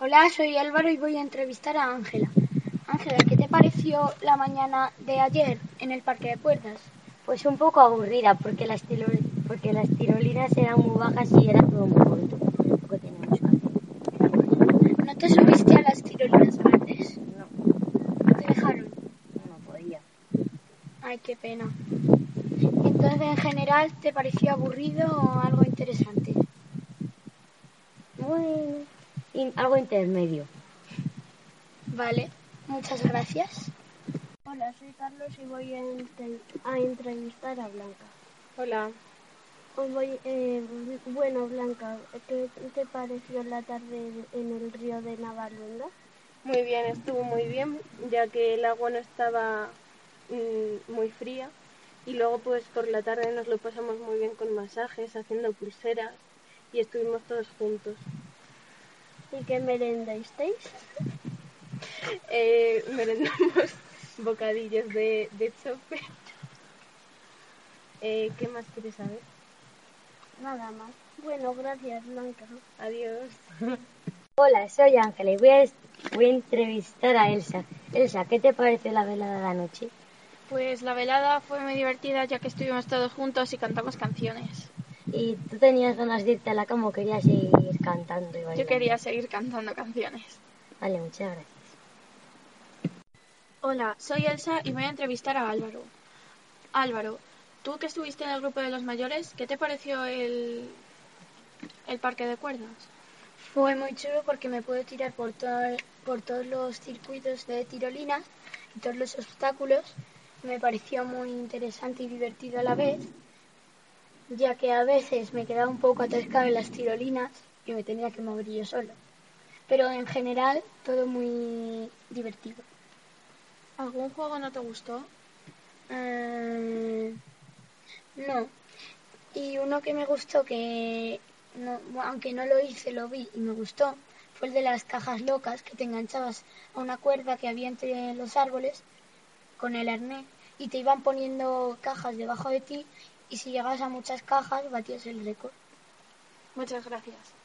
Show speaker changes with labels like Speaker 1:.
Speaker 1: Hola, soy Álvaro y voy a entrevistar a Ángela. Ángela, ¿qué te pareció la mañana de ayer en el Parque de Puertas?
Speaker 2: Pues un poco aburrida porque las, tiro- porque las tirolinas eran muy bajas y era todo muy bonito. Tampoco tenía mucho arte. Era aburrido.
Speaker 1: ¿No te subiste a las tirolinas verdes?
Speaker 2: No,
Speaker 1: ¿Te dejaron?
Speaker 2: no podía.
Speaker 1: Ay, qué pena. Entonces, en general, ¿te pareció aburrido o algo interesante?
Speaker 2: Bueno, y algo intermedio.
Speaker 1: Vale, muchas gracias.
Speaker 3: Hola, soy Carlos y voy a, entre- a entrevistar a Blanca.
Speaker 4: Hola,
Speaker 3: Os voy- eh, bueno, Blanca, ¿qué te pareció la tarde en el río de Navalunda?
Speaker 4: muy bien, estuvo muy bien, ya que el agua no estaba mm, muy fría y luego pues por la tarde nos lo pasamos muy bien con masajes, haciendo pulseras y estuvimos todos juntos.
Speaker 3: ¿Y qué merendasteis?
Speaker 4: Eh, merendamos bocadillos de, de chope. Eh, ¿Qué más quieres saber?
Speaker 3: Nada más. Bueno, gracias, Blanca.
Speaker 4: Adiós.
Speaker 2: Hola, soy Ángela y voy a, voy a entrevistar a Elsa. Elsa, ¿qué te pareció la velada de la noche?
Speaker 5: Pues la velada fue muy divertida ya que estuvimos todos juntos y cantamos canciones.
Speaker 2: ¿Y tú tenías ganas de irte a la cama o querías seguir cantando y bailando?
Speaker 5: Yo quería seguir cantando canciones.
Speaker 2: Vale, muchas gracias.
Speaker 5: Hola, soy Elsa y voy a entrevistar a Álvaro. Álvaro, tú que estuviste en el grupo de los mayores, ¿qué te pareció el, el parque de cuerdas?
Speaker 1: Fue muy chulo porque me pude tirar por, todo- por todos los circuitos de tirolinas y todos los obstáculos. Me pareció muy interesante y divertido a la vez, ya que a veces me quedaba un poco atascado en las tirolinas y me tenía que mover yo solo. Pero en general todo muy divertido.
Speaker 5: ¿Algún juego no te gustó?
Speaker 1: Mm, no. Y uno que me gustó, que no, aunque no lo hice, lo vi y me gustó, fue el de las cajas locas que te enganchabas a una cuerda que había entre los árboles con el arnés y te iban poniendo cajas debajo de ti y si llegabas a muchas cajas batías el récord.
Speaker 5: Muchas gracias.